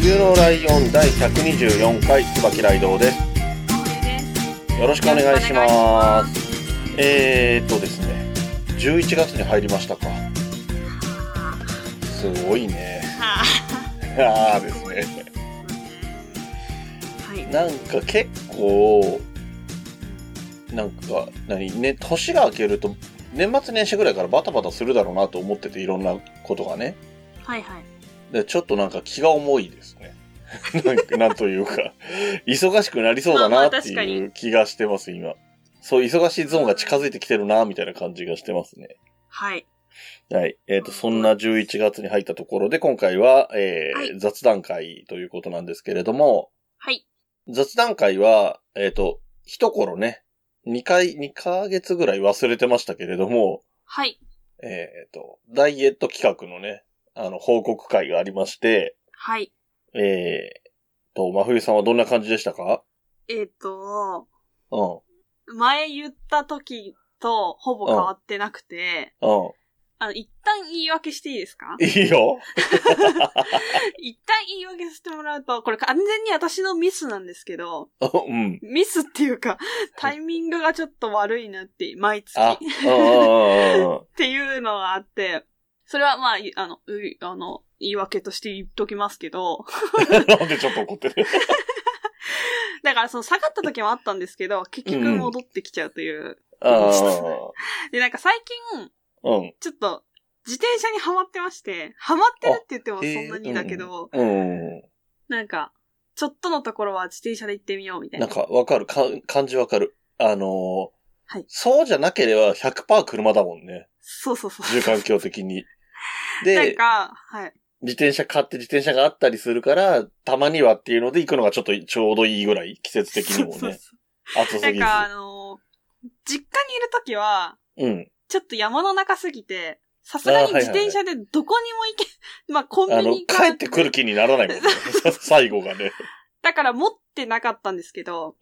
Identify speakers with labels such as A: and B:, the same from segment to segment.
A: 冬のライオン第124回椿ライドウですよろしくお願いしますえー、っとですね11月に入りましたかすごいね
B: は
A: ああですね
B: い
A: なんか結構なんか何ね年が明けると年末年始ぐらいからバタバタするだろうなと思ってていろんなことがね
B: はいはい
A: でちょっとなんか気が重いですね なんかなんというか忙しくなりそうだなって
B: まあまあ確
A: いう気がしてます今そう忙しいゾーンが近づいてきてるなみたいな感じがしてますね
B: はい
A: はいえっ、とそんな11月に入ったところで今回は、えー
B: はい
A: 雑談会ということなんですけれども
B: はい
A: 雑談会はえっ、と一頃ね2回2ヶ月ぐらい忘れてましたけれども
B: はい
A: えっ、とダイエット企画のねあの報告会がありまして
B: はい
A: えー、と、真冬さんはどんな感じでしたか
B: えっ、と
A: うん、うん、
B: 前言った時とほぼ変わってなくて、あの一旦言い訳していいですか
A: いいよ。
B: 一旦言い訳させてもらうとこれ完全に私のミスなんですけど
A: うん。
B: ミスっていうかタイミングがちょっと悪いなって毎月
A: あ、うんうんうんうん。
B: っていうのがあって、それはまあ、いあの、うあの、言い訳として言っときますけど、
A: なんでちょっと怒ってる
B: だからその下がった時もあったんですけど、結局戻ってきちゃうという。
A: あ
B: で、なんか最近、
A: ーうん。
B: ちょっと、自転車にハマってまして、ハマってるって言ってもそんなにだけど、
A: うん。
B: なんか、ちょっとのところは自転車で行ってみようみたい
A: な
B: な。
A: んか、わかる。か感じわかる。あのー
B: はい
A: そうじゃなければ100%車だもんね。
B: そうそうそう。
A: 住環境的 に。
B: なん
A: で、
B: か、はい。
A: 自転車買って自転車があったりするから、たまにはっていうので行くのがちょっとちょうどいいぐらい。季節的にも
B: そうそう
A: ね。
B: そ
A: 暑す
B: うな
A: ぎ
B: ん
A: ず。
B: か、あのー実家にいる時は、
A: うん。
B: ちょっと山の中すぎて、さすがに自転車でどこにも行け、 まあコンビ
A: あの、
B: ニが
A: 帰ってくる気にならないもんね。 最後がね。
B: だから持ってなかったんですけど、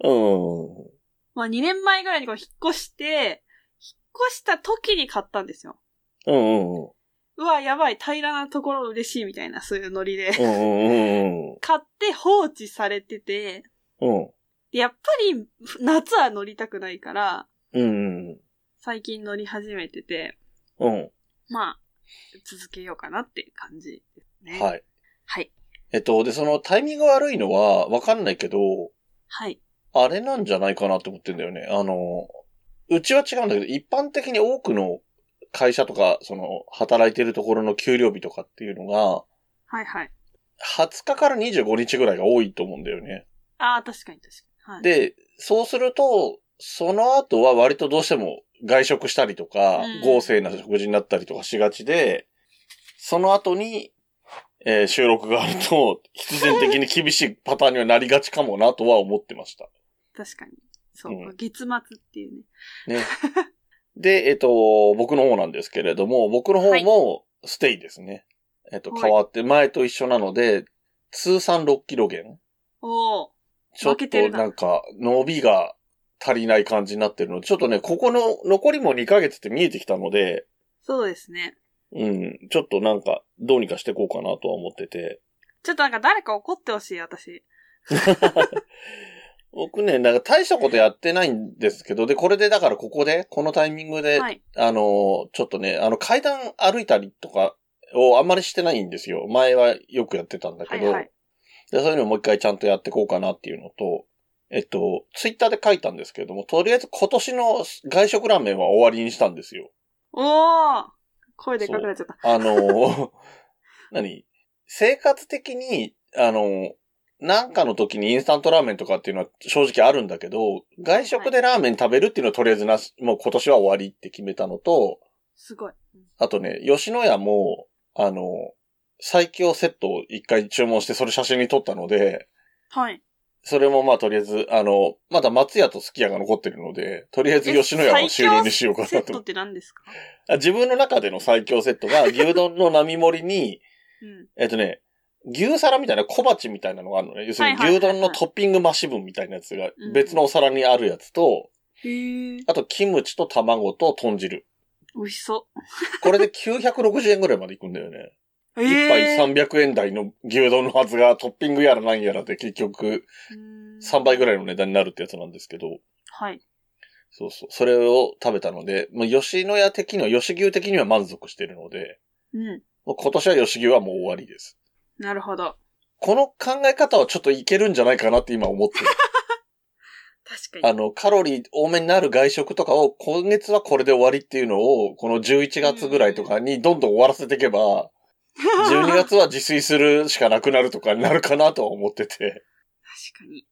A: う
B: まあ2年前ぐらいにこう引っ越して、引っ越した時に買ったんですよ。
A: ん。うんうんうん。
B: うわ、やばい、平らなところ嬉しいみたいな、そういうノリで。
A: うんうんうん
B: 買って放置されてて、
A: うん。
B: でやっぱり夏は乗りたくないから、
A: うん。
B: 最近乗り始めてて、
A: うん。
B: まあ、続けようかなっていう感じですね。
A: はい。
B: はい。
A: えっと、で、そのタイミング悪いのはわかんないけど、
B: はい。
A: あれなんじゃないかなって思ってんだよね。あの、うちは違うんだけど、一般的に多くの会社とか、その、働いてるところの給料日とかっていうのが、
B: はいはい。
A: 20日から25日ぐらいが多いと思うんだよね。
B: ああ、確かに確かに。はい。
A: で、そうすると、その後は割とどうしても外食したりとか、
B: うん
A: 豪勢な食事になったりとかしがちで、その後に、えー収録があると、必然的に厳しいパターンにはなりがちかもなとは思ってました。
B: 確かに。そう、
A: うん
B: 月末っていうね。
A: ね。で、えっ、と、僕の方なんですけれども、僕の方もステイですね。えっと、
B: はい
A: 変わって、前と一緒なので、通算6キロ減。
B: おお。
A: ちょっ
B: 負けて
A: と
B: るな
A: なんか、伸びが足りない感じになってるので、ちょっとね、ここの残りも2ヶ月って見えてきたので、
B: そうですね。
A: うん、ちょっとなんか、どうにかしていこうかなとは思ってて。
B: ちょっとなんか誰か怒ってほしい、私。
A: 僕ね、なんか大したことやってないんですけど、で、これでだからここで、このタイミングで、
B: はい。
A: あの、ちょっとね、あの階段歩いたりとかをあんまりしてないんですよ。前はよくやってたんだ
B: は
A: け
B: い
A: ど、
B: はい。
A: で、そういうのをもう一回ちゃんとやっていこうかなっていうのと、えっと、ツイッターで書いたんですけれども、とりあえず今年の外食ラーメンは終わりにしたんですよ。
B: おお声でかくなっちゃった。
A: あ の、何生活的に、あの、なんかの時にインスタントラーメンとかっていうのは正直あるんだけど、外食でラーメン食べるっていうのはとりあえずなし、もう今年は終わりって決めたのと、
B: すごい。うん
A: あとね、吉野家も、あの、最強セットを一回注文して、それ写真に撮ったので、
B: はい。
A: それもまあとりあえず、あの、まだ松屋とすき家が残ってるので、とりあえず吉野家を終了にしようか
B: セ
A: な
B: ットっ
A: と。
B: て何ですか
A: あ自分の中での最強セット が、牛丼の並盛りに、
B: うん。
A: えっとね、牛皿みたいな小鉢みたいなのがあるのね。要するに
B: はいはい
A: 牛
B: はいはい
A: 丼のトッピング増し分みたいなやつが
B: うん
A: 別のお皿にあるやつと、
B: へえ。
A: あとキムチと卵と豚汁。
B: 美味しそ
A: これで960円ぐらいまでいくんだよね。
B: う。
A: 一杯
B: え
A: 300円台の牛丼のはずがトッピングやら何やらで結局3倍ぐ
B: い。
A: らいの値段になるってやつなんですけど。
B: はい。
A: そうそう。それを食べたので、もう吉野家的には、吉牛的には満足してるので、
B: うん。
A: もう今年は吉牛はもう終わりです。
B: なるほど。
A: この考え方はちょっといけるんじゃないかなって今思ってる。
B: 確か
A: あ
B: に。
A: の、カロリー多めになる外食とかを、今月はこれで終わりっていうのを、この11月ぐらいとかにどんどん終わらせていけば、12
B: 確
A: 月は自炊するしかなくなるとかになるかなとは思ってて。
B: かに。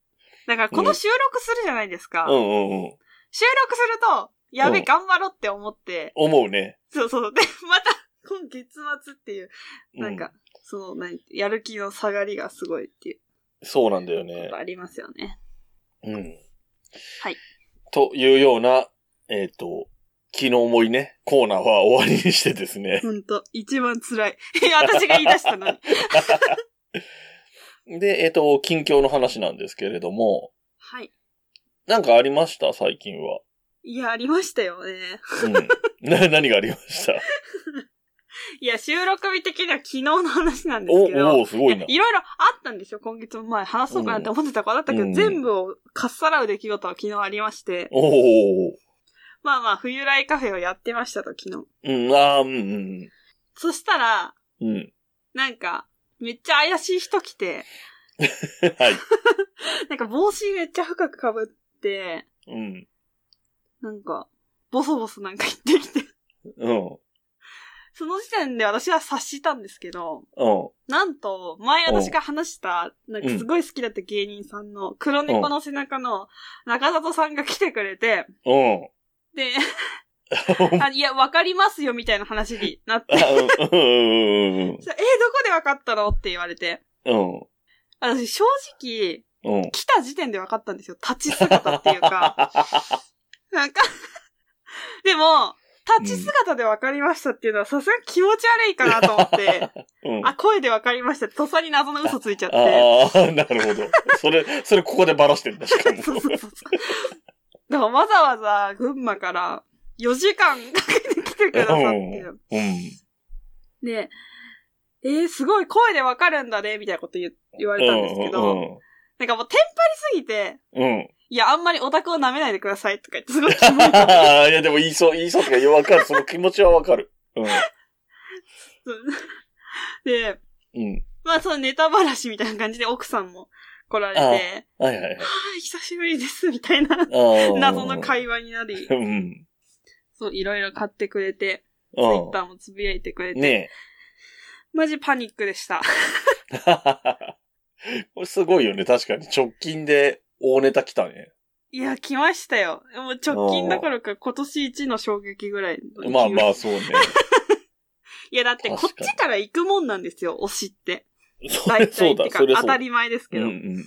B: だからこの収録するじゃないですか。
A: うんうんうん。
B: 収録すると、やべ、
A: うん
B: 頑張ろうって思って、
A: 思うね。
B: そうそう。で、 また、今月末っていう、
A: うん
B: なんか、その、なんやる気の下がりがすごいっていう
A: そうなんだよ
B: こ
A: ね
B: と。ありますよね。
A: うん。
B: はい。
A: というような、えっ、と、気の重いね、コーナーは終わりにしてですね。
B: ほんと、一番辛い。 いや私が言い出したのに。
A: で、えっ、と、近況の話なんですけれども、
B: はい。
A: なんかありました最近は。
B: いや、ありましたよね。
A: うん。 な、何がありました
B: いや、収録日的には昨日の話なんですけ
A: お、
B: ど。
A: おすごいな。
B: いろいろあったんですよ。今月も前話そうかなって思ってた子だったけど、
A: うん
B: 全部をかっさらう出来事は昨日ありまして。
A: おお
B: まあまあ、冬来カフェをやってましたと、昨日。
A: うん、あーうん、
B: そしたら、
A: うん。うん。
B: なんか、めっちゃ怪しい人来て、
A: はい。
B: なんか帽子めっちゃ深く被って、
A: うん。
B: なんか、ボソボソなんか言ってき て、
A: うん。
B: その時点で私は察したんですけど、
A: うん。
B: なんと、前私が話した、なんかすごい好きだった芸人さんの、黒猫の背中の中里さんが来てくれて、
A: うん。
B: で、あいや、わかりますよみたいな話になって、
A: あうん。
B: そしたらえどこでわかったのって言われて、
A: うん。
B: 私正直、
A: うん。
B: 来た時点でわかったんですよ。立ち姿っていうか。 なんか、でも、立ち姿で分かりましたっていうのはさすがに気持ち悪いかなと思って、
A: うん。
B: あ、声で分かりましたってとっさに謎の嘘ついちゃって。
A: ああ、なるほど。それ、それここでバラしてるんだ、しかも。
B: そうそうそうそう。だからわざわざ群馬から4時間かけて来てくださって。
A: うん。
B: で、えー、すごい声で分かるんだね、みたいなこと言言われたんですけど、なんかもうテンパりすぎて、
A: うん。うん。 うん。
B: いや、あんまりオタクを舐めないでくださいとか言って、すごいキモいこと
A: ああ、いや、でも言いそう、言いそうとか、よ、わかる。その気持ちはわかる。うん。
B: で、
A: うん。
B: まあそのネタばらしみたいな感じで奥さんも来られて、
A: あ
B: は
A: あはいはいはい。
B: あ、久しぶりです、みたいな
A: ああ
B: 謎の会話になり
A: う、ん。
B: そう、いろいろ買ってくれて、ツイッ
A: う
B: ターもつぶやいてくれて、
A: ん。ね
B: マジパニックでした。
A: え。 これすごいよね。確かに。直近で大ネタ来たね。
B: いや、来ましたよ。もう直近どころか今年一の衝撃ぐらいの勢い。
A: まあまあ、そうね。
B: いや、だってこっ
A: 確かに
B: ちから行くもんなんですよ、推し って。
A: そ
B: 大
A: れ そ
B: 体
A: う
B: って
A: だ、
B: か
A: それそ
B: 当
A: う
B: た
A: だ。
B: り前です
A: う
B: け
A: ん
B: ど。
A: うんうん。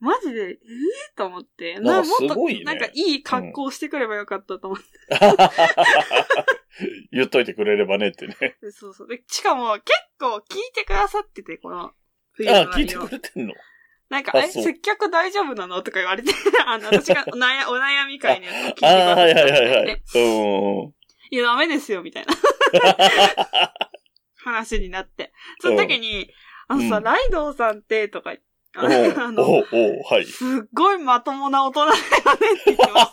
B: マジで、ええと思って。
A: なんか
B: もっ
A: す
B: と
A: ごいね
B: なんかいい格好してくればよかったと思って。
A: 言っといてくれればねってね。
B: そうそう。で、しかも結構聞いてくださってて、この冬の
A: あ
B: 終
A: あ、
B: わ
A: 聞い
B: り
A: て
B: を
A: くれてんの
B: なんか、
A: あ
B: え、
A: そう
B: 接客大丈夫なのとか言われて、 あ の、私がおなやお悩み会のやつを聞いてく
A: ああ、
B: ださ
A: は
B: っ
A: い
B: た
A: は
B: ん
A: いはいは
B: で
A: い。うんうんうん。
B: いや、ダメですよ、みた いな話になって。その時に、あのさ、
A: うん
B: ライドウさんって、とか言って、
A: おう
B: あの、
A: おうおうはい。
B: すっごいまともな大人だよねって言ってま し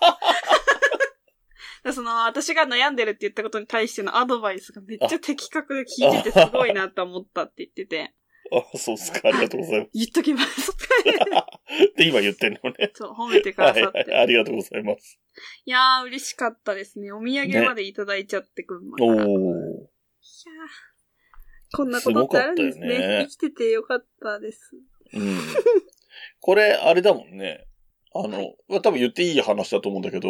B: た。その、私が悩んでるって言ったことに対してのアドバイスがめっちゃ的確で聞いててすごいなと思ったって言ってて、
A: あ、そうっすか。ありがとうございま
B: 言っときますって、
A: す。って今言ってんのね。
B: そう褒めてくだ
A: はい
B: さっ
A: は
B: て。
A: い。ありがとうございます。
B: いやー、嬉しかったですね。お土産までいただいちゃって、群馬か
A: お
B: ら。いやー
A: お。
B: こんなことってあるんですね。
A: すごかったよね
B: 生きててよかったです。
A: うん。これ、あれだもんね。あの、まあ多分言っていい話だと思うんだけど、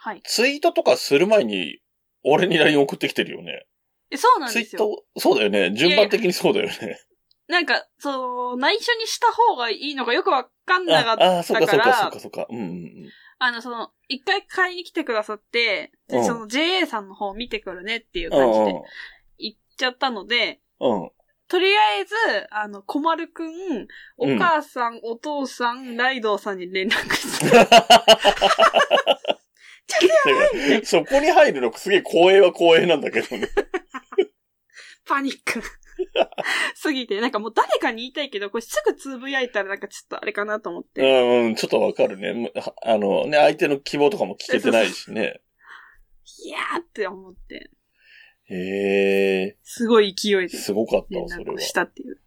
B: はい。
A: ツイートとかする前に、俺に LINE 送ってきてるよね。
B: え、そうなん
A: ツイ
B: です
A: ー
B: よ。
A: ト、そうだよね。順番的にそうだよね。
B: なんか、そう、内緒にした方がいいのかよくわかんなかっ
A: ああ、そう
B: だ
A: か
B: か
A: そう
B: ら
A: かそうかそうか。うんうんうん。
B: あの、その、一回買いに来てくださって、
A: う
B: で、
A: ん
B: その JA さんの方見てくるねっていう
A: う
B: 感じ
A: ん
B: で行っちゃったので、
A: うん。うん。
B: とりあえず、あの、小丸くん、お母さん、お父さん、ライドウさんに連絡 して、
A: てか そこに入るのすげえ光栄は光栄なんだけどね。
B: パニック。 すぎて、なんかもう誰かに言いたいけど、これすぐつぶやいたらなんかちょっとあれかなと思って。
A: うんうん、ちょっとわかるね。むはあのね、相手の希望とかも聞けてない しね。
B: いやーって思って、
A: へえ、
B: すごい勢いです
A: ごかった
B: 連
A: わ、それ
B: 絡
A: は
B: を。したっていう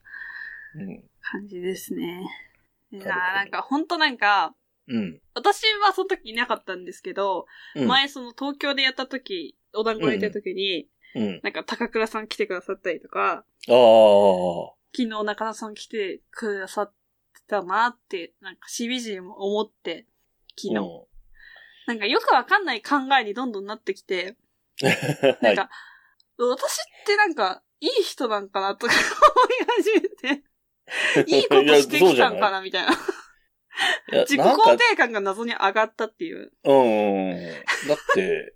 A: うん。
B: 感じですね。いや
A: なるほど
B: ーなんかほんとなんか、
A: うん。
B: 私はその時いなかったんですけど、
A: うん。
B: 前その東京でやった時、お団子やった時に、
A: うん。
B: なんか高倉さん来てくださったりとか、
A: ああ。
B: 昨日中田さん来てくださってたなって、なんかしみじみ思って、昨日。
A: う
B: なんかよくわかんない考えにどんどんなってきて、
A: ん
B: な
A: は
B: ん
A: い
B: か、。私ってなんか、いい人なんかなとか思い始め て、いいことしてきたんかなみたいな。
A: いや
B: 自己
A: なんか
B: 肯定感が謎に上がったっていう。
A: うんうんうん。だって、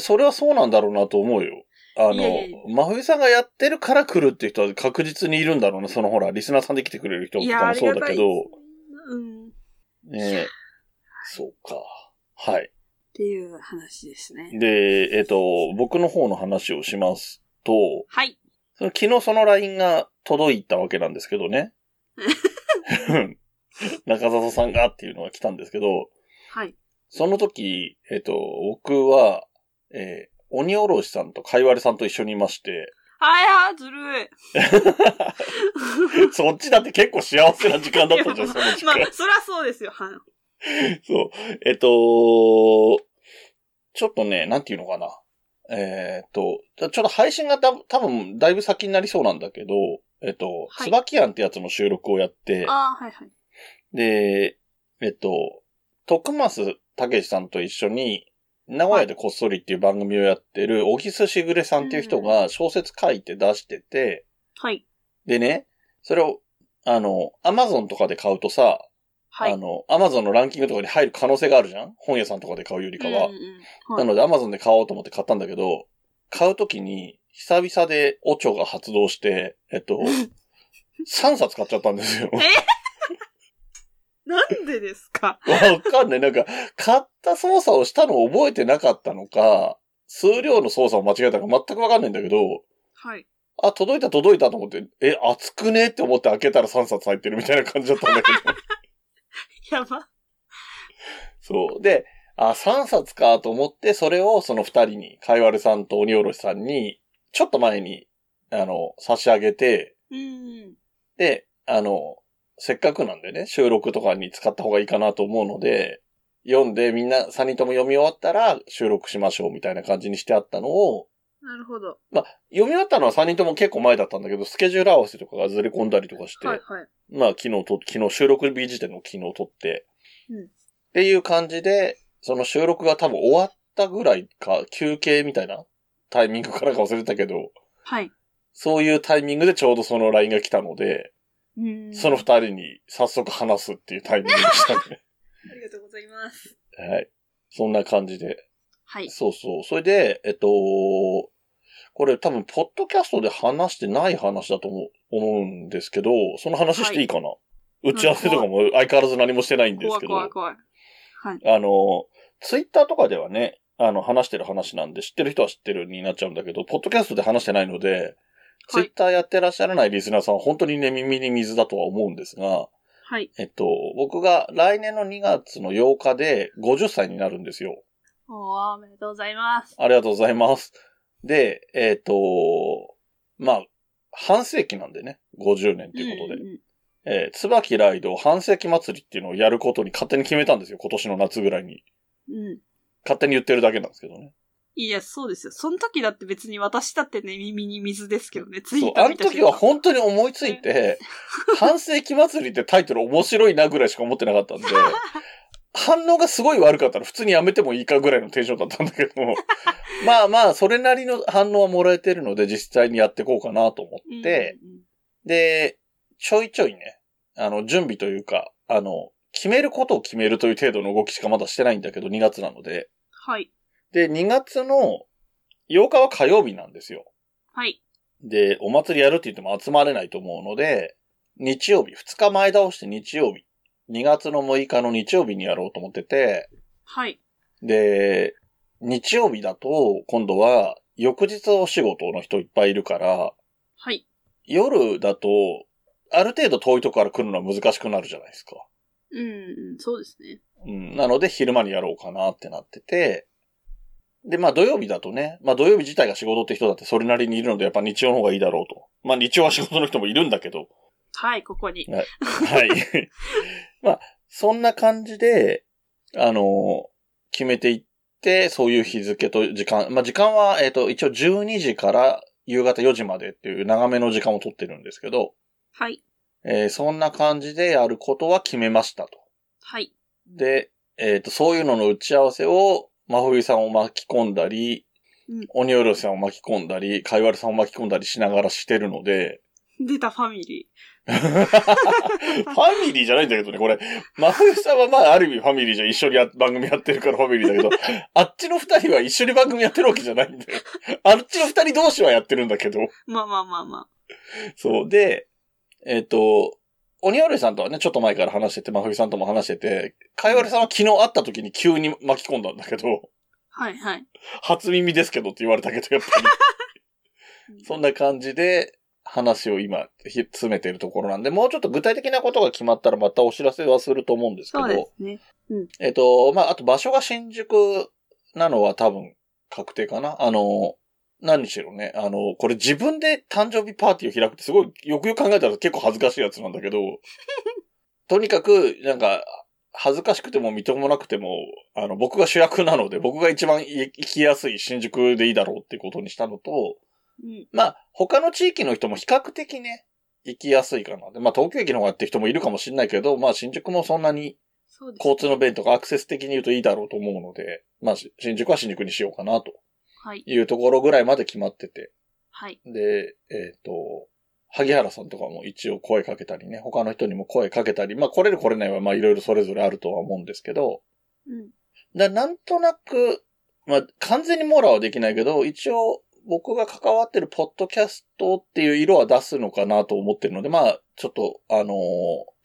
A: それはそうなんだろうなと思うよ。あの
B: いやいやいや、
A: 真冬さんがやってるから来るっていう人は確実にいるんだろうな。そのほら、リスナーさんで来てくれる人と
B: いや、
A: か
B: あ
A: も
B: り
A: そ
B: が
A: うだ
B: た
A: け
B: い。
A: ど、
B: うん。っ
A: ねえそうか。はい。
B: ていう話ですね。
A: で、えっ、と、僕の方の話をしますと、
B: はい。
A: その昨日その LINE が届いたわけなんですけ どね。うん中里さんがっていうのが来たんですけど、
B: はい。
A: その時、えっ、と、僕は、えー鬼おろしさんとかいわれさんと一緒にいまして、
B: あいや、ずるい。
A: そっちだって結構幸せな時間だったじゃん、その 時
B: まあ
A: 間。、
B: そりゃそうですよ。はい。
A: そう。えっと、ちょっとね、なんていうのかな。えーっと、ちょっと配信がた多分だいぶ先になりそうなんだけど、えっと、
B: はい
A: 椿庵ってやつの収録をやって、
B: ああ、はいはい。
A: で、えっと、徳松たけしさんと一緒に、名古屋でこっそりっていう番組をやってる、小木須しぐれさんっていう人が小説書いて出してて、
B: はい。
A: でね、それを、あの、アマゾンとかで買うとさ、
B: はい。
A: あの、アマゾンのランキングとかに入る可能性があるじゃん本屋さんとかで買うよりかは。
B: うんうん
A: な
B: はい、
A: ので、アマゾンで買おうと思って買ったんだけど、買うときに、久々で、オチョが発動して、えっ と、3冊買っちゃったんですよ。
B: なんでですか
A: わかんない。なんか、買った操作をしたのを覚えてなかったのか、数量の操作を間違えたのか全くわかんないんだけど、
B: はい。
A: あ、届いた届いたと思って、え、熱くねって思って開けたら3冊入ってるみたいな感じだったんだけど。
B: やば。
A: そう。で、あ、3冊かと思って、それをその2人に、かいわれさんと鬼おろしさんに、ちょっと前に、あの、差し上げて、
B: うん。
A: で、あの、せっかくなんでね、収録とかに使った方がいいかなと思うので、読んでみんな3人とも読み終わったら収録しましょうみたいな感じにしてあったのを、
B: なるほど。
A: 読み終わったのは3人とも結構前だったんだけど、スケジュール合わせとかがずれ込んだりとかして、
B: はいはい。
A: まあ昨日と、昨日収録日時点の昨日撮って、
B: うん
A: っていう感じで、その収録が多分終わったぐらいか、休憩みたいなタイミングからか忘れたけど、
B: はい。
A: そういうタイミングでちょうどその LINE が来たので、
B: うん
A: その二人に早速話すっていうタイミングでしたね。
B: ありがとうございます。
A: はい。そんな感じで。
B: はい。
A: そうそう。それで、えっと、これ多分、ポッドキャストで話してない話だと思う思うんですけど、その話していいかな、打ち合わせとかも相変わらず何もしてないんで
B: 怖
A: す
B: い
A: けど。
B: 怖い怖い。はい。
A: あの、ツイッターとかではね、あの、話してる話なんで、知ってる人は知ってるになっちゃうんだけど、ポッドキャストで話してないので、ツ
B: は
A: イッ
B: い。
A: ターやってらっしゃらないリスナーさんは本当にね、耳に水だとは思うんですが、
B: はい。
A: えっと、僕が来年の2月の8日で50歳になるんですよ。
B: おー、おめでとうございます。
A: ありがとうございます。で、えっと、まあ、半世紀なんでね、50年ということで。
B: んん
A: えー、椿ライド半世紀祭りっていうのをやることに勝手に決めたんですよ、今年の夏ぐらいに。
B: うん。うん
A: 勝手に言ってるだけなんですけどね。
B: いや、そうですよ。その時だって別に私だってね、耳に水ですけどね、ツイ
A: そう
B: ー、
A: あ
B: ト
A: の
B: 見た瞬
A: 時
B: 間
A: は本当に思い ついて、半世紀祭りってタイトル面白いなぐらいしか思ってなかったんで、反応がすごい悪かったら普通にやめてもいいかぐらいのテンションだったんだけど、 まあまあ、それなりの反応はもらえてるので、実際にやっていこうかなと思って、
B: うんうんうん
A: で、ちょいちょいね、あの、準備というか、あの、決めることを決めるという程度の動きしかまだしてないんだけど、2月なので。
B: はい。
A: で、2月の8日は火曜日なんですよ。
B: はい。
A: で、お祭りやるって言っても集まれないと思うので、日曜日、2日前倒して日曜日、2月の6日の日曜日にやろうと思ってて、
B: はい。
A: で、日曜日だと、今度は、翌日お仕事の人いっぱいいるから、
B: はい。
A: 夜だと、ある程度遠いとこから来るのは難しくなるじゃないですか。
B: うんうん、そうですね。
A: うん。なので、昼間にやろうかなってなってて、で、まあ土曜日だとね、まあ土曜日自体が仕事って人だってそれなりにいるので、やっぱ日曜の方がいいだろうと。まあ日曜は仕事の人もいるんだけど、
B: はい、ここに。
A: はい。まあ、そんな感じで、あの、決めていって、そういう日付と時間、まあ時間は、えっ、と、一応12時から夕方4時までっていう長めの時間を取ってるんですけど、
B: はい。
A: えーそんな感じでやることは決めましたと。
B: はい。
A: で、えっ、と、そういうのの打ち合わせを、真冬さんを巻き込んだり、
B: うん
A: 鬼おろしさんを巻き込んだり、かいわるさんを巻き込んだりしながらしてるので、
B: 出たファミリ
A: ファミリーじゃないんだけどね、これ。真冬さんはまあ、ある意味ファミリーじゃん一緒にや番組やってるからファミリー だけど、あっちの二人は一緒に番組やってるわけじゃないんだよ。あっちの二人同士はやってるんだけど。
B: ー。まあまあまあまあ。
A: そう。で、えっ、と、鬼悪いさんとはね、ちょっと前から話してて、真冬さんとも話してて、かいわれさんは昨日会った時に急に巻き込んだんだけど、
B: はいはい。
A: 初耳ですけどって言われたけど、や っぱり。そんな感じで話を今ひ詰めてるところなんで、もうちょっと具体的なことが決まったらまたお知らせはすると思うんですけ
B: そうで
A: ど、
B: すね。
A: えっと、まあ、あと場所が新宿なのは多分確定かなあの、何しろね、あの、これ自分で誕生日パーティーを開くってすごい、よくよく考えたら結構恥ずかしいやつなんだけど、とにかく、なんか、恥ずかしくても認もなくても、あの、僕が主役なので、僕が一番行きやすい新宿でいいだろうっていうことにしたのと、
B: うん。
A: まあ、他の地域の人も比較的ね、行きやすいかな。でまあ、東京駅の方がって人もいるかもしれないけど、まあ、新宿もそんなに
B: そうですね。
A: 交通の便とかアクセス的に言うといいだろうと思うので、まあ、し新宿は新宿にしようかなと
B: はい。
A: いうところぐらいまで決まってて。
B: はい。
A: で、えっ、と、萩原さんとかも一応声かけたりね、他の人にも声かけたり、まあ、来れる来れないはまあ、いろいろそれぞれあるとは思うんですけど、
B: うん。
A: だなんとなく、まあ、完全に網羅はできないけど、一応、僕が関わってるポッドキャストっていう色は出すのかなと思ってるので、まあ、ちょっと、あのー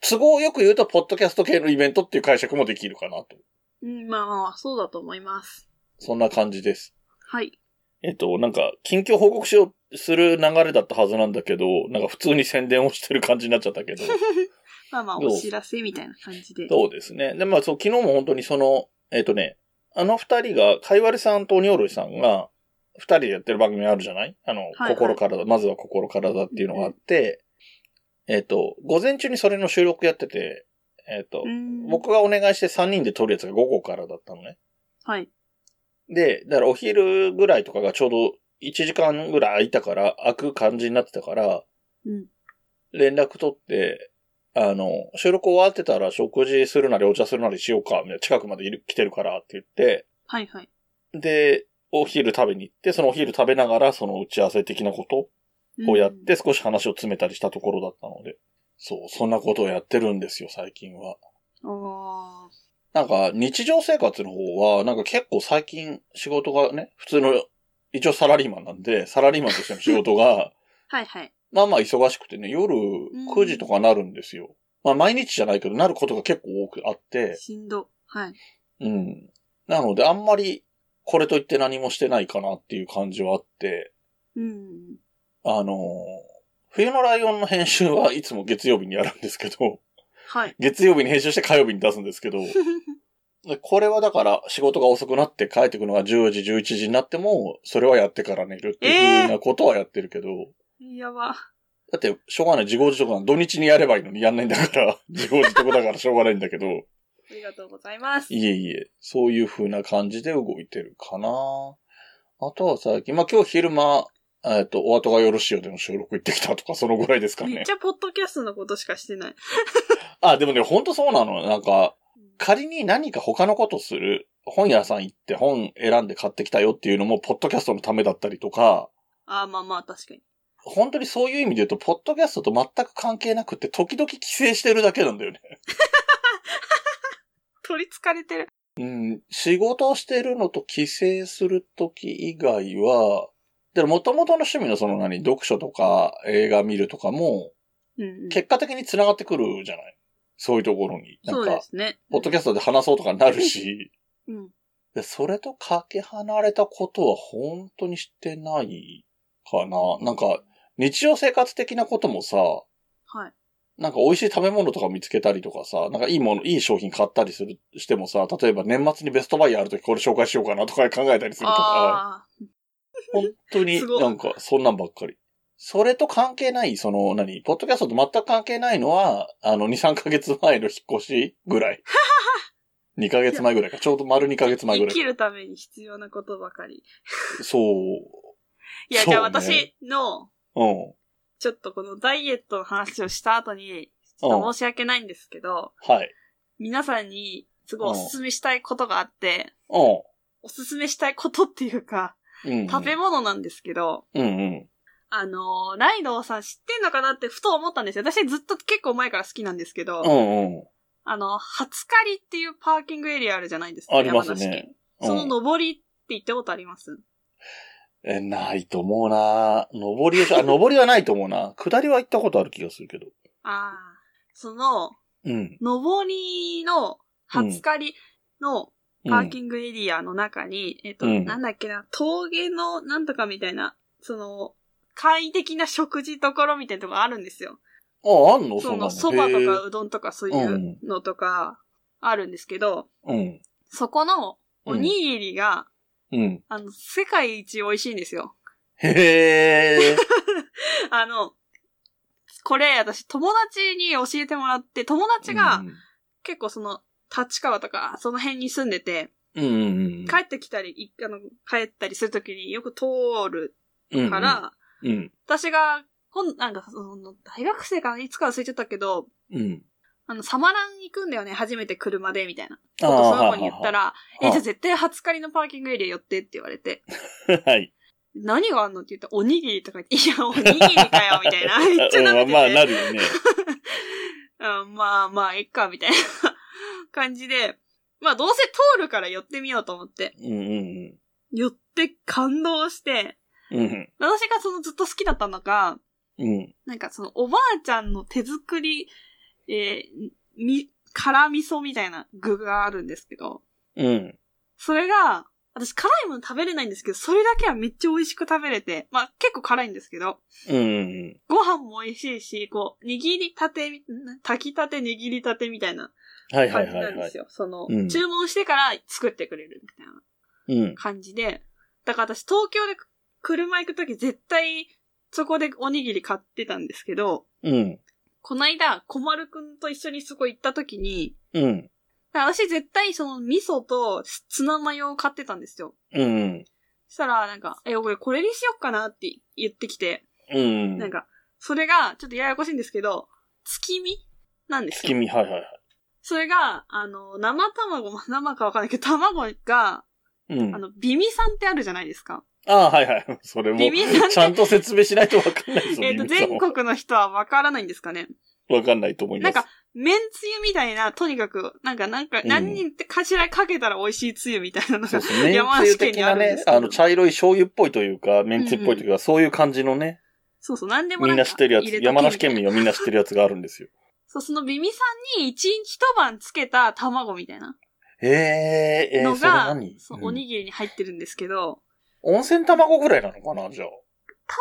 A: 都合よく言うと、ポッドキャスト系のイベントっていう解釈もできるかなと。
B: うん、まあまあまあ、そうだと思います。
A: そんな感じです。
B: はい。
A: えっと、なんか、近況報告しよう、する流れだったはずなんだけど、なんか普通に宣伝をしてる感じになっちゃったけ ど。
B: まあまあ、
A: どう
B: お知らせみたいな感じで。
A: そうですね。で、まあ、そう、昨日も本当にその、えっとね、あの二人が、かいわれさんとおにおろしさんが、二人でやってる番組あるじゃないあの、
B: いはい
A: 心からだ、まずは心からだっていうのがあって、えっと、午前中にそれの収録やってて、えっと
B: う、ん。
A: 僕がお願いして三人で撮るやつが午後からだったのね。
B: はい。
A: で、だからお昼ぐらいとかがちょうど1時間ぐらい空いたから、空く感じになってたから、
B: うん。
A: 連絡取って、あの、収録終わってたら食事するなりお茶するなりしようか、みたいな近くまでいる来てるからって言って、
B: はいはい。
A: で、お昼食べに行って、そのお昼食べながらその打ち合わせ的なこと
B: うん
A: をやって少し話を詰めたりしたところだったので、そう、そんなことをやってるんですよ、最近は。
B: ああ。
A: なんか、日常生活の方は、なんか結構最近仕事がね、普通の、一応サラリーマンなんで、サラリーマンとしての仕事が、
B: はいはい。
A: まあまあ忙しくてね、夜9時とかなるんですよ。まあ毎日じゃないけど、なることが結構多くあって、
B: しんど。はい。
A: うん。なのであんまりこれといって何もしてないかなっていう感じはあって、
B: うん。
A: あのー冬のライオンの編集はいつも月曜日にやるんですけど、
B: はい。
A: 月曜日に編集して火曜日に出すんですけ ど、でこれはだから仕事が遅くなって帰ってくのが10時、11時になっても、それはやってから寝るっていうふうなことはやってるけど、
B: やば。
A: だって、しょうがない、自業自得なの土日にやればいいのにやんないんだ から、自業自得だからしょうがないんだけど、い
B: ありがとうございます。
A: えいえ、そういう風な感じで動いてるかな。あとは最近、まあ今日昼間、えっと、お後がよろしいよでの収録行ってきたとか、そのぐらいですか
B: めっ
A: ね
B: ち。ゃポッドキャストのことしかしてない。
A: あ、でもね、ほんとそうなの。なんか、仮に何か他のことする、本屋さん行って本選んで買ってきたよっていうのも、ポッドキャストのためだったりとか、
B: ああ、まあまあ、確かに。
A: 本当にそういう意味で言うと、ポッドキャストと全く関係なくって、時々規制してるだけなんだよね。
B: 取り憑かれてる。
A: うん、仕事をしてるのと帰省するとき以外は、で、元々の趣味のその何、読書とか映画見るとかも、
B: うんうん、
A: 結果的に繋がってくるじゃないそういうところに。な
B: そ
A: ん
B: うで
A: か、
B: すね。
A: ポッドキャストで話そうとかになるし、
B: うん。
A: でそれとかけ離れたことは本当にしてないかな。なんか、日常生活的なこともさ、
B: はい。
A: なんか美味しい食べ物とか見つけたりとかさ、なんかいいもの、いい商品買ったりする、してもさ、例えば年末にベストバイヤーあるときこれ紹介しようかなとか 考えたりするとか、
B: ああ、
A: 本当に
B: すごい
A: なんかそんなんばっかり。それと関係ない、その、何、ポッドキャストと全く関係ないのは、あの、2、3ヶ月前の引っ越しぐ らい。2ヶ月前ぐらいか。ちょうど丸2ヶ月前ぐ
B: 生
A: ら
B: き
A: い。
B: るために必要なことばかり。
A: そう。
B: いや、
A: そう
B: じ
A: ね
B: ゃあ私の、
A: うん。
B: ちょっとこのダイエットの話をした後に、ちょっと申し訳ないんですけど、
A: はい。
B: 皆さんにすごいおすすめしたいことがあって、
A: う
B: おすすめしたいことっていうか、
A: ん。うん。
B: 食べ物なんですけど、
A: うんうん。
B: あのーライドウさん知ってんのかなってふと思ったんですよ。私ずっと結構前から好きなんですけど、
A: うんうん。
B: あの、初狩りっていうパーキングエリアあるじゃないですか。
A: ありますね
B: 山梨県。
A: うん
B: その上りって行ったことあります、
A: え、ないと思うな上りでしょあ、上りはないと思うな 下りは行ったことある気がするけど。
B: ああ。その、
A: うん。
B: 上りの初狩りの
A: うん
B: パーキングエリアの中に、えっと、
A: うん
B: なんだっけな、峠のなんとかみたいな、その、簡易的な食事どころみたいなとこあるんですよ。
A: あ、あんの
B: そ
A: ん
B: の、
A: な
B: 蕎麦とか
A: へ
B: うどんとかそう
A: う
B: い
A: ん
B: うのとかあるんですけど、
A: えうん。
B: そこのおにぎりが、
A: うん。
B: あの、世界一美味しいんですよ。
A: へ え。
B: あの、これ私友達に教えてもらって、友達が結構その、立川とか、その辺に住んでて、
A: うん。うんうん。
B: 帰ってきたり、いあの、帰ったりするときによく通る
A: うん
B: から、、
A: うん。
B: 私が、こん、なんか、その、大学生かな、いつか忘れちゃったけど、
A: うん。
B: あの、サマラン行くんだよね、初めて車で、みたいな。
A: あ
B: ことそ
A: あ
B: の子に言った
A: ら。
B: ら、
A: いはいはい
B: え、じゃあ絶対初狩りのパーキングエリア寄ってって言われて、
A: はい。
B: 何があんのって言ったら、おにぎりとか言って、いや、おにぎりかよ、みたい な。 めっちゃ舐めて
A: うん
B: て、
A: まあ、なるよね。
B: うん、まあまあ、いっか、みたいな感じで、まあどうせ通るから寄ってみようと思って、
A: うんうん
B: 寄って感動して、
A: うん。うん。
B: 私がそのずっと好きだったのが、
A: うん。
B: なんかそのおばあちゃんの手作り、えーみ、辛味噌みたいな具があるんですけど、
A: うん。
B: それが、私辛いもの食べれないんですけど、それだけはめっちゃ美味しく食べれて、まあ結構辛いんですけど、
A: うん。
B: ご飯も美味しいし、こう、握りたて、ん炊きたて握りたてみたいな
A: はいは
B: 感
A: い
B: じ
A: は
B: なん
A: いは
B: で
A: い
B: す。よ。その、
A: うん
B: 注文してから作ってくれるみたいな
A: うん。
B: 感じで。だから私東京で車行くとき絶対そこでおにぎり買ってたんですけど、
A: うん。
B: この間、小丸くんと一緒にそこ行ったときに、
A: うん。
B: 私絶対その味噌とツナマヨを買ってたんですよ。
A: うん。
B: そしたら、なんか、え、俺これにしよっかなって言ってきて、
A: うん。
B: なんか、それがちょっとややこしいんですけど、月見なんですよ。
A: 月見、はいはいは
B: それが、あの、生卵、まあ生かわかんないけど、卵が、
A: い。うん
B: あ。の、ビミさんってあるじゃないですか。
A: ああ、はいはい。 それも
B: ビ、ミさんって
A: ちゃんと説明しないとわか んないですよ。
B: えっと、
A: ビビさん
B: 全
A: は
B: 国の人はわからないんですかね。
A: わかんないと思い
B: な
A: ま
B: ん
A: す。
B: か、麺つゆみたいな、とにかく、なんか、なんか、
A: うん
B: 何人ってかしらかけたら美味しいつゆみたいなの
A: そ
B: が
A: う、ですね。
B: 山
A: 麺つ
B: 梨
A: ゆ
B: 県
A: 的
B: にあ
A: な
B: るんで
A: ね
B: す、けど
A: あの、茶色い醤油っぽいというか、麺つゆっぽいというか、そういう感じのね、
B: そうそう、なんでも
A: みんな知ってるや
B: 入れとけ
A: つ、
B: みたいな
A: 山梨県民はみんな知ってるやつがあるんですよ。
B: そう、そのビミさんに一日一晩つけた卵みたいな
A: えー、え
B: の
A: ー、それ
B: が、
A: 何
B: そう
A: うん
B: おにぎりに入ってるんですけど、
A: 温泉卵ぐらいなのかな、じゃあ。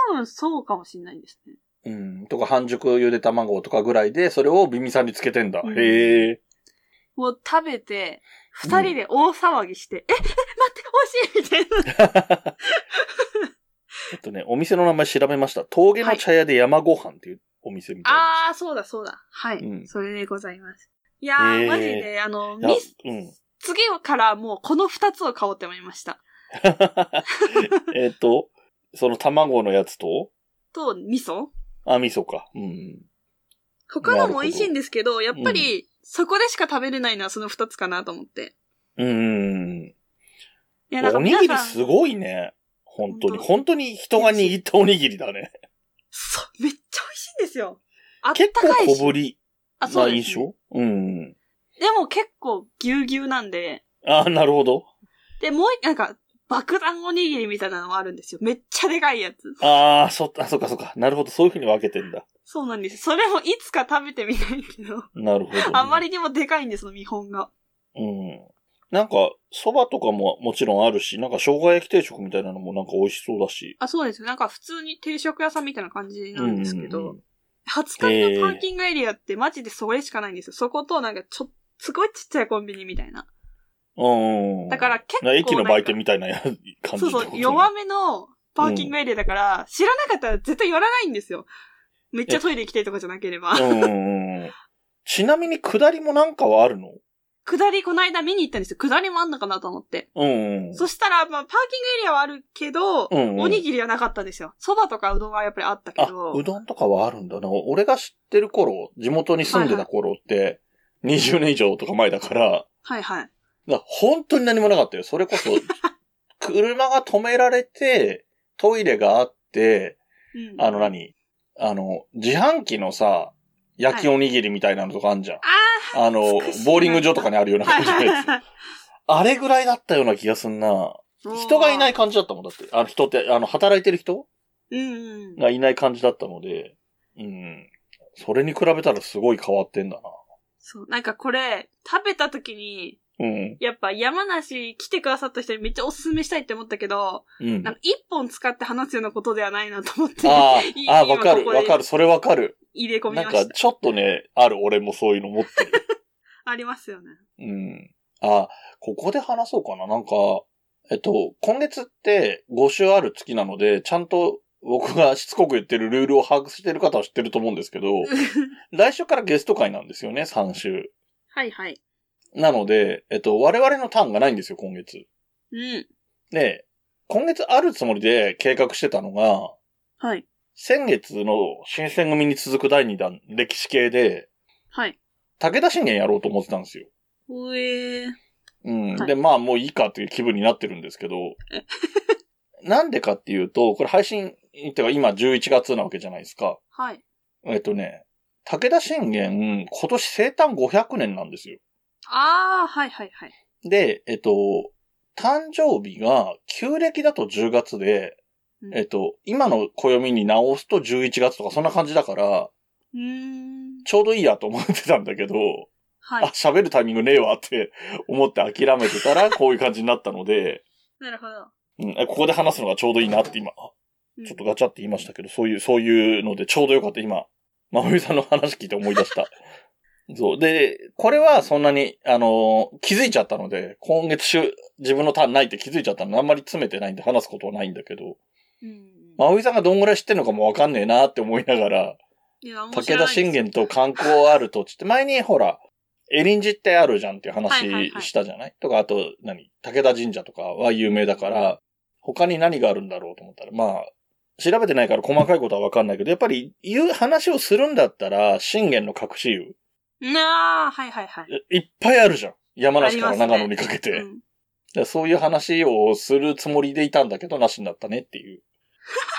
B: 多分そうかもしれないですね。
A: うん。とか、半熟ゆで卵とかぐらいで、それをビミさんにつけてんだ。
B: うん
A: へえ。
B: もう食べて、二人で大騒ぎして、え、え、待って、美味しいみたい な。
A: えっとね、お店の名前調べました。峠の茶屋で山ご飯っていうお店みたいです。
B: あー、そうだそうだ。はい、
A: うん
B: それでございます。いやー、
A: えー
B: マジで、あの、
A: いや
B: ミス、
A: うん。
B: 次からもうこの二つを買おうって思いました。
A: えっと、その卵のやつと、
B: と、味噌
A: あ、味噌か。うん。
B: 他のも美味しいんですけど、やっぱり、そこでしか食べれないのはその二つかなと思って。
A: うん。
B: いや、なんか
A: おに
B: 皆
A: ぎり
B: さん、
A: すごいね。本当に。
B: 本当
A: 本当に人が握ったおにぎりだね。
B: そう、めっちゃ美味しいんですよ。あった
A: 結構
B: かい
A: 小
B: し。
A: ぶり
B: あ、
A: な
B: そうです
A: 印
B: ね、
A: 象うん。
B: でも結構ぎゅうぎゅうなんで、
A: ああ、なるほど。
B: で、もう一なんか、爆弾おにぎりみたいなのもあるんですよ。めっちゃでかいやつ。
A: ああ、そ、あ、そっかそっか。なるほど。そういうふうに分けてんだ。
B: そうなんです。それもいつか食べてみたいけど、
A: なるほどね、
B: あまりにもでかいんです、その見本が。
A: うん。なんか、蕎麦とかももちろんあるし、なんか生姜焼き定食みたいなのもなんか美味しそうだし。
B: あ、そうです。なんか普通に定食屋さんみたいな感じなんですけ
A: うんうんう
B: ど
A: ん、
B: 20日のパーキングエリアってマジでそれしかないんですよ。そことなんかちょ、すごいちっちゃいコンビニみたいな。
A: うん。
B: だから結構
A: な
B: なんか。
A: 駅の売店 みたいなや感じってこと
B: そうそう、弱めのパーキングエリアだから、知らなかったら絶対寄らないんですよ。めっちゃトイレ行きたいとかじゃなければ。
A: うんうんうん。ちなみに下りもなんかはあるの
B: 下りこの間見に行ったんですよ。下りもあんのかなと思って。
A: うんうん。
B: そしたら、まあ、パーキングエリアはあるけど、
A: うんうん
B: おにぎりはなかったんですよ。蕎麦とかうどんはやっぱりあったけ
A: あ、
B: ど。
A: うどんとかはあるんだな。俺が知ってる頃、地元に住んでた頃って、20年以上とか前だから、
B: はいはい。
A: だから本当に何もなかったよ。それこ そ、車が止められて、トイレがあって、
B: うん。
A: あの何あの、自販機のさ、焼きおにぎりみたいなのとかあんじゃん。あの
B: 美しいな、
A: ボーリング場とかにあるような
B: は
A: 感
B: い
A: じのやつ。
B: はい
A: あれぐらいだったような気がすんな。 人がいない。感じだったもんだって。あの人って、あの、働いてる人
B: うんうん。
A: がいない感じだったので、うん。それに比べたらすごい変わってんだな。
B: そう。なんかこれ、食べた時に、
A: うん。
B: やっぱ山梨来てくださった人にめっちゃおすすめしたいって思ったけど、
A: うん
B: なん。か一本使って話すようなことではないなと思って、
A: あ
B: い
A: あ、ああ、
B: 今
A: わか
B: こ
A: る、
B: こで
A: わかる、それわかる。
B: 入れ込み
A: なん
B: まし
A: か、
B: た。
A: ちょっとね、ある、俺もそういうの持ってる。
B: あります よね。
A: うん。あ、ここで話そうかな。なんか、えっと、今月って5週ある月なので、ちゃんと僕がしつこく言ってるルールを把握してる方は知ってると思うんですけど、来週からゲスト会なんですよね、3週。
B: はいはい。
A: なので、えっと、我々のターンがないんですよ、今月。
B: うん。
A: で、今月あるつもりで計画してたのが、
B: はい。
A: 先月の新選組に続く第2弾、歴史系で、
B: はい。
A: 武田信玄やろうと思ってたんですよ。
B: うえー。
A: うん。
B: はい
A: で、まあもういいかっていう気分になってるんですけど、 なんでかっていうと、これ配信、ってか今11月なわけじゃないですか。
B: はい。
A: えっとね、武田信玄、今年生誕500年なんですよ。
B: あー、はいはいはい。
A: で、えっと、誕生日が旧暦だと10月で、
B: うん
A: えっと、今の暦に直すと11月とかそんな感じだから、
B: うーん。
A: ちょうどいいやと思ってたんだけど、
B: は
A: あ、
B: い。
A: 喋るタイミングねえわって 思って諦めてたら、こういう感じになったので、
B: なるほど。
A: うん、えここで話すのがちょうどいいなって今、ち
B: うん
A: ょっとガチャって言いましたけど、そういう、そういうのでちょうどよかった今、まふみさんの話聞いて思い出 した。そう。で、これはそんなに、あのー気づいちゃったので、今月週、自分のターンないって気づいちゃったので、あんまり詰めてないんで話すことはないんだけど、
B: うん。
A: まふみさんがどんぐらい知ってるのかもわかんねえなって思いながら、
B: いや面白
A: 武
B: いで
A: 田
B: す
A: 信玄と観光ある土地って、前にほら、エリンジってあるじゃんっていう話
B: はいはいはい
A: したじゃない,、とか、あと、何武田神社とかは有名だから、他に何があるんだろうと思ったら、まあ、調べてないから細かいことはわかんないけど、やっぱり言う話をするんだったら、信玄の隠し湯、
B: なあ、はいはいはい。
A: いっぱいあるじゃん。山梨から
B: ありますね
A: 長野にかけて。
B: うん
A: でそういう話をするつもりでいたんだけど、なしになったねっていう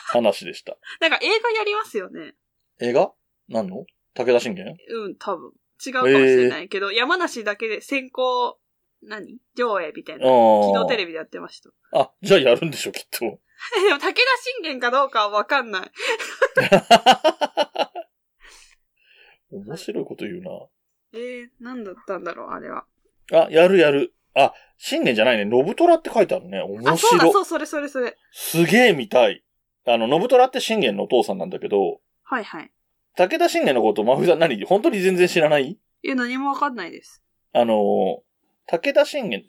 A: 話でした。
B: なんか映画やりますよね。
A: 映画何の武田信玄
B: うん、多分。違うかもしれないけど、山梨だけで先行、何上映みたいな。昨日テレビでやってました。
A: あ、じゃあやるんでしょ、きっと。
B: えでも、武田信玄かどうかはわかんない。
A: 面白いこと言う
B: えー、何だったんだろう、あれは。
A: な。あ、やるやる。あ、信玄じゃないね。信虎って書いてあるね。面
B: あ、そうだ、
A: 白い。
B: そう、それそれそれ。
A: すげえ見たい。あの、信虎って信玄のお父さんなんだけど、
B: はいはい。
A: 武田信玄のこと、真冬さん何本当に全然知らない
B: いや、何もわかんないです。
A: あの、武田信玄っ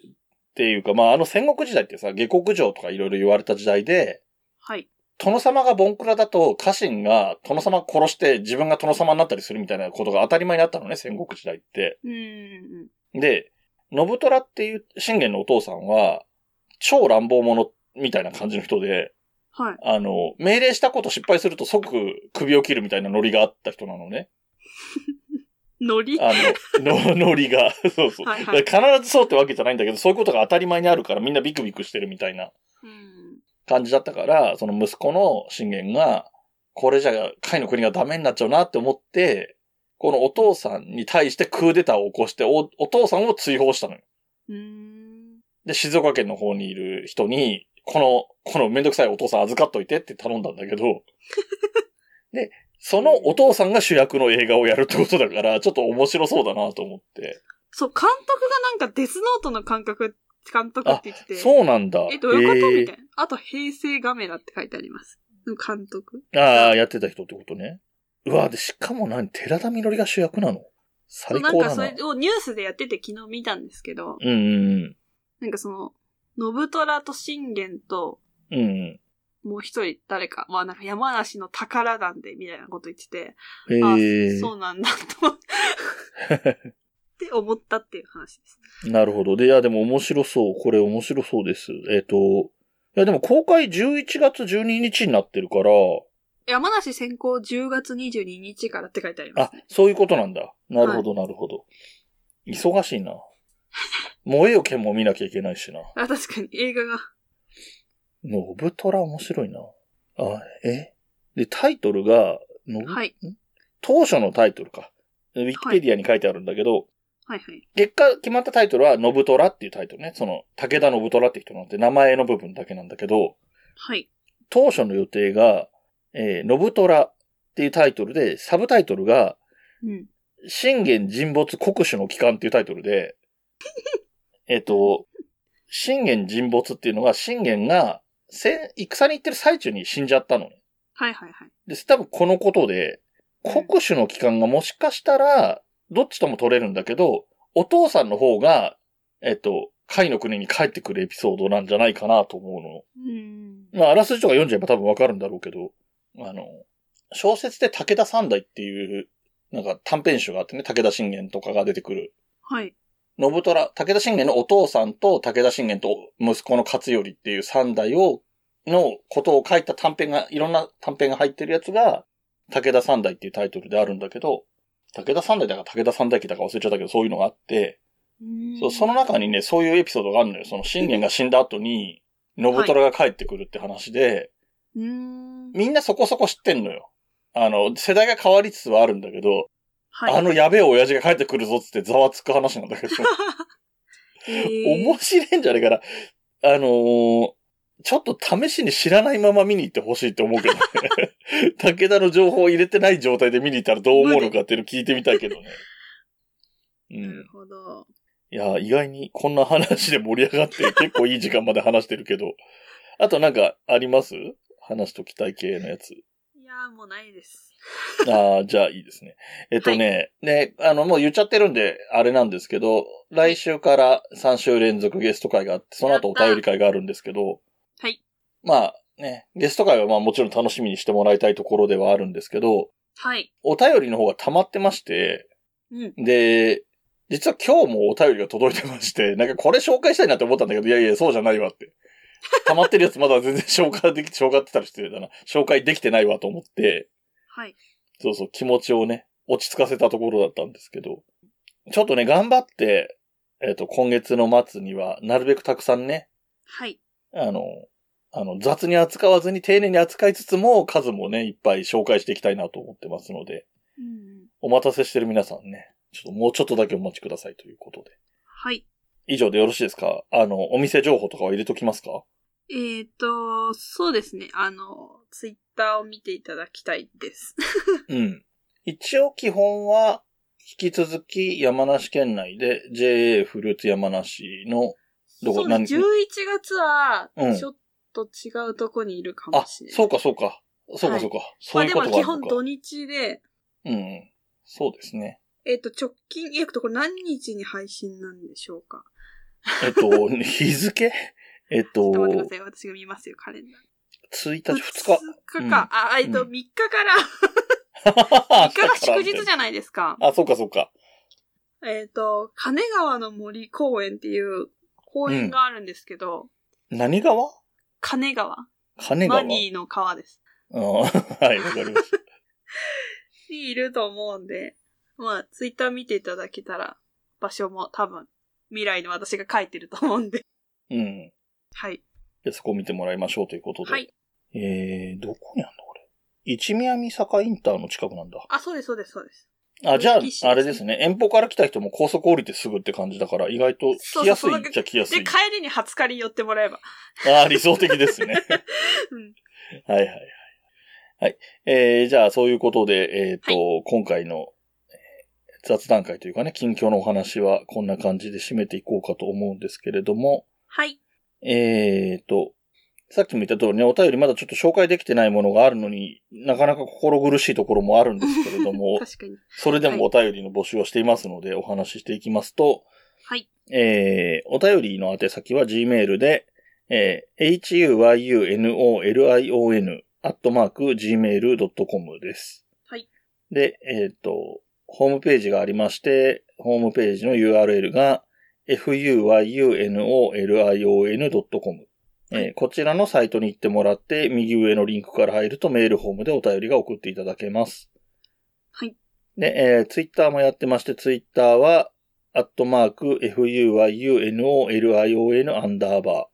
A: ていうか、まあ、あの戦国時代ってさ、下克上とかいろいろ言われた時代で、
B: はい。
A: 殿様がボンクラだと家臣が殿様を殺して自分が殿様になったりするみたいなことが当たり前になったのね、戦国時代って。
B: うーん。
A: で、信虎っていう信玄のお父さんは、超乱暴者みたいな感じの人で、
B: はい。
A: あの、命令したこと失敗すると即首を切るみたいなノリがあった人なのね。
B: 海苔
A: あの、 の、海苔が、そうそう。
B: はいはい
A: だから必ずそうってわけじゃないんだけど、そういうことが当たり前にあるからみんなビクビクしてるみたいな
B: うん。
A: 感じだったから、その息子の信玄が、これじゃ甲斐の国がダメになっちゃうなって思って、このお父さんに対してクーデターを起こして、お、お父さんを追放したのよ。
B: うーん。
A: で、静岡県の方にいる人に、この、このめんどくさいお父さん預かっといてって頼んだんだ けど、で、そのお父さんが主役の映画をやるってことだから、ちょっと面白そうだなと思って。
B: そう、監督がなんかデスノートの感覚、監督って言ってて。
A: そうなんだ。
B: え、どういうこと、
A: えー
B: みたいな。あと、平成ガメラって書いてあります。の監督。
A: ああ、やってた人ってことね。うわ、で、しかも何寺田みのりが主役なの最
B: な
A: 高
B: ん
A: だ
B: か
A: な。
B: それをニュースでやってて昨日見たんですけど、
A: うんうん
B: なんかその、信虎と信玄と、
A: うん。うん
B: もう一人誰か、まあなんか山梨の宝団で、みたいなこと言ってて、
A: うん。
B: あ
A: え
B: そうなんだと、って 思ったっていう話です。
A: ー、なるほど。で、いや、でも面白そう。これ面白そうです。えっ、と、いや、でも公開11月12日になってるから、
B: 山梨先行10月22日からって書いてありま
A: あ
B: すね。、
A: そういうことなんだ。なるほど、なるほど。忙しいな。燃えよ剣も見なきゃいけないしな。
B: あ、確かに映画が。
A: ノブトラ面白いな。あ、えで、タイトルが、のぶ
B: はい。
A: 当初のタイトルか。ウィキペディアに書いてあるんだけど、
B: はいはい。
A: 結果決まったタイトルは、ノブトラっていうタイトルね。その、武田ノブトラって人なんて名前の部分だけなんだけど、
B: はい。
A: 当初の予定が、えー、ノブトラっていうタイトルで、サブタイトルが、
B: うん。
A: 信玄沈没国主の帰還っていうタイトルで、えっと、信玄沈没っていうのが、信玄が戦、戦に行ってる最中に死んじゃったのね。
B: はいはいはい。
A: で、多分このことで、国主の期間がもしかしたら、どっちとも取れるんだけど、お父さんの方が、えっと、海の国に帰ってくるエピソードなんじゃないかなと思う
B: うん。
A: の。まあ、あらすじとか読んじゃえば多分わかるんだろうけど、あの、小説で武田三代っていう、なんか短編集があってね、武田信玄とかが出てくる。
B: はい。
A: 信虎、武田信玄のお父さんと武田信玄と息子の勝頼っていう三代を、のことを書いた短編が、いろんな短編が入ってるやつが、武田三代っていうタイトルであるんだけど、武田三代だか武田三代記だか忘れちゃったけど、そういうのがあって、
B: うん
A: そうその中にね、そういうエピソードがあるのよ。その信玄が死んだ後に、信虎が帰ってくるって話で、
B: うん。
A: みんなそこそこ知ってんのよ。あの、世代が変わりつつはあるんだけど、
B: はい。
A: あのやべえ親父が帰ってくるぞっつってざわつく話なん だけど。
B: え
A: 面白いんじゃねえかな。あのーちょっと試しに知らないまま見に行ってほしいって思うけどね。 武田の情報を入れてない状態で見に行ったらどう思うのかっていうの聞いてみたい けどね。う
B: ーなんる。ほど。
A: いや、意外にこんな話で盛り上がって結構いい時間まで話してるけど。あとなんかあります話しときたい系のやつ。
B: いやーもうないです。
A: ああ、じゃあいいですね。えっとね、ね、あの、もう言っちゃってるんで、あれなんですけど、来週から3週連続ゲスト会があって、その後お便り会があるんですけど、
B: はい。
A: まあね、ゲスト会はまあもちろん楽しみにしてもらいたいところではあるんですけど、
B: はい。
A: お便りの方が溜まってまして、
B: うん。
A: で、実は今日もお便りが届いてまして、 なんかこれ紹介したいなって思ったんだけど、いやいや、そうじゃないわって。溜まってるやつまだ全然消化でき、消化ってたりしてたな。紹介できてないわと思って、
B: はい。
A: そうそう、気持ちをね、落ち着かせたところだったんですけど、ちょっとね、頑張って、えっ、と、今月の末には、なるべくたくさんね、
B: はい。
A: あの、あの、雑に扱わずに丁寧に扱いつつも、数もね、いっぱい紹介していきたいなと思ってますので、
B: うん。
A: お待たせしてる皆さんね、ちょっともうちょっとだけお待ちくださいということで。
B: はい。
A: 以上でよろしいですかあの、お店情報とかは入れときますか
B: えーと、そうですね。あの、ツイッターを見ていただきたいです。
A: うん。一応基本は、引き続き山梨県内で JA フルーツ山梨の、
B: そ
A: どこ、
B: うです。11
A: あ、
B: 月は
A: うん、
B: ちょっと違うとこにいるかもしれない。
A: そうかそうか。そうかそうか。そういうこ
B: まあ
A: と
B: でも基
A: があ
B: 本
A: るのか。
B: 土日で、
A: うんうん。そうですね。
B: えっ、と、直近、えっと、これ何日に配信なんでしょうか。
A: え っと、日付えっ
B: ちょ
A: と
B: っと、待ってください。私が見ますよ、カレンダー。
A: 1日、
B: 2
A: 2日。
B: 日か。あ、えっと、
A: う
B: 3日から、3日が祝日じゃないですか。
A: あ、そうかそうか。
B: えっ、と、金川の森公園っていう公園があるんですけど、
A: 何川
B: 金川。
A: 金川。
B: マニーの川です。
A: うんはい、わかりまし
B: にいると思うんで、まあ、ツイッター見ていただけたら、場所も多分、未来の私が書いてると思うんで。
A: うん。
B: はい。
A: で、そこを見てもらいましょうということで。
B: はい。
A: えー、どこにあんだ、これ。一宮三坂インターの近くなんだ。
B: あ、そうです、そうです、そうです。
A: あ、じゃ
B: 歴史です
A: あ、あれですね。遠方から来た人も高速降りてすぐって感じだから、意外と来やす
B: そ
A: い
B: うそう
A: っちゃ来やす
B: で、
A: い。
B: 帰りに初狩り寄ってもらえば。
A: ああ、理想的ですね。
B: うん。
A: はいはいはい。はい。えー、じゃあ、そういうことで、えっ、と、今回のえー雑談会というかね、近況のお話はこんな感じで締めていこうかと思うんですけれども、
B: はい。
A: えーと、さっきも言った通りね、お便りまだちょっと紹介できてないものがあるのになかなか心苦しいところもあるんですけれど も、
B: 確かに。
A: それでもお便りの募集をしていますので、お話ししていきますと、
B: はい。
A: えー、お便りの宛先は Gmail で、えー、huyunolion アットマーク gmail.com です。
B: はい。
A: で、えっ、と、ホームページがありまして、ホームページの URL が fuyunolion.com、えー
B: は
A: こちらのサイトに行ってもらって、右上のリンクから入るとメールフォームでお便りが送っていただけます。
B: はい。
A: で、えー、ツイッターもやってまして、ツイッターは、アットマーク、fuyunolion アンダーバー。
B: は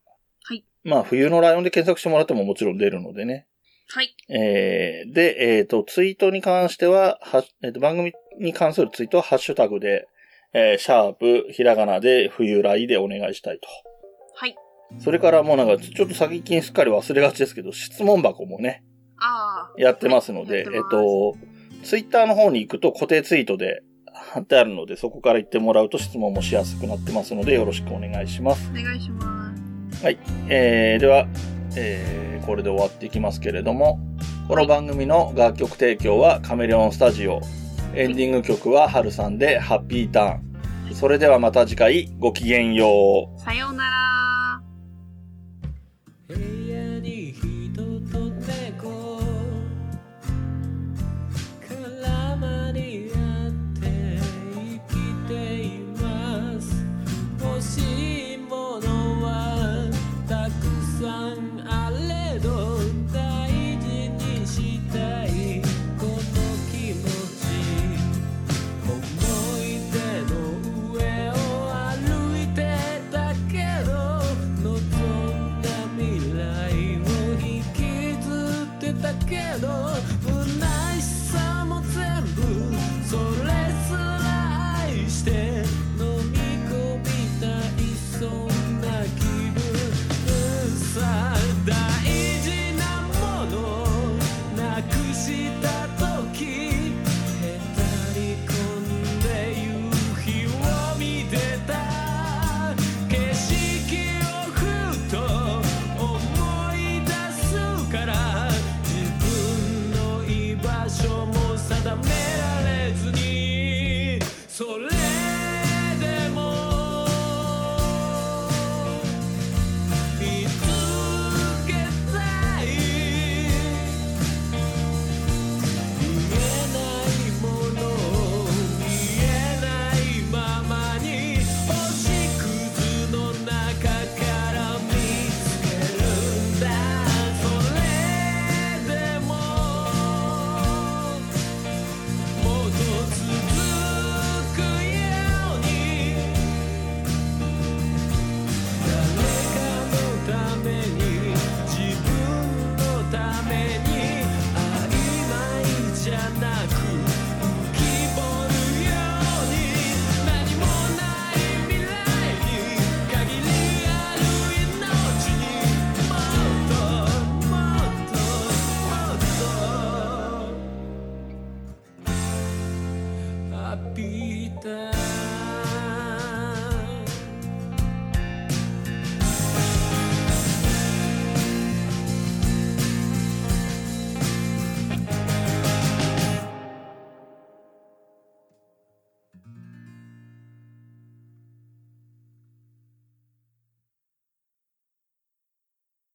B: い。
A: まあ、冬のライオンで検索してもらってももちろん出るのでね。
B: はい。
A: えー、で、えっ、と、ツイートに関しては、は、えーと、番組に関するツイートはハッシュタグで、えー、シャープ、ひらがなで、冬来でお願いしたいと。
B: はい。
A: それからもうなんか、ちょっと最近すっかり忘れがちですけど、質問箱もね、
B: ああ。
A: やってますの
B: や
A: で、
B: って
A: えっ
B: ます
A: と、ツイッターの方に行くと固定ツイートで貼ってあるので、そこから行ってもらうと質問もしやすくなってますので、よろしくお願いします。
B: お願いします。
A: えー、では、えー、これで終わっていきますけれども、この番組の楽曲提供はカメレオンスタジオ、エンディング曲はハルさんでハッピーターン。それではまた次回、ごきげんよう。
B: さようなら。
C: 部屋に人と猫絡まり合って生きています欲しいものはたくさんあれど大事にしたいこの気持ち「思い出の上を歩いてたけど」「望んだ未来を引きずってたけど」「不悔しさも全部それすら愛して」「飲み込みたいそんな気分」「さあ大事なものなくした時」「へたり込んで夕日を見てた」「景色をふと思い出すから」「自分の居場所も定められずにそれでも」「見つけたい」「見えないもの見えないままに星屑の中から見つけるんだ」「それでももっと続くように」「誰かのために自分のために」「曖昧じゃなく浮き彫るように」「何もない未来に限りある命にもっともっともっと」「浴びた」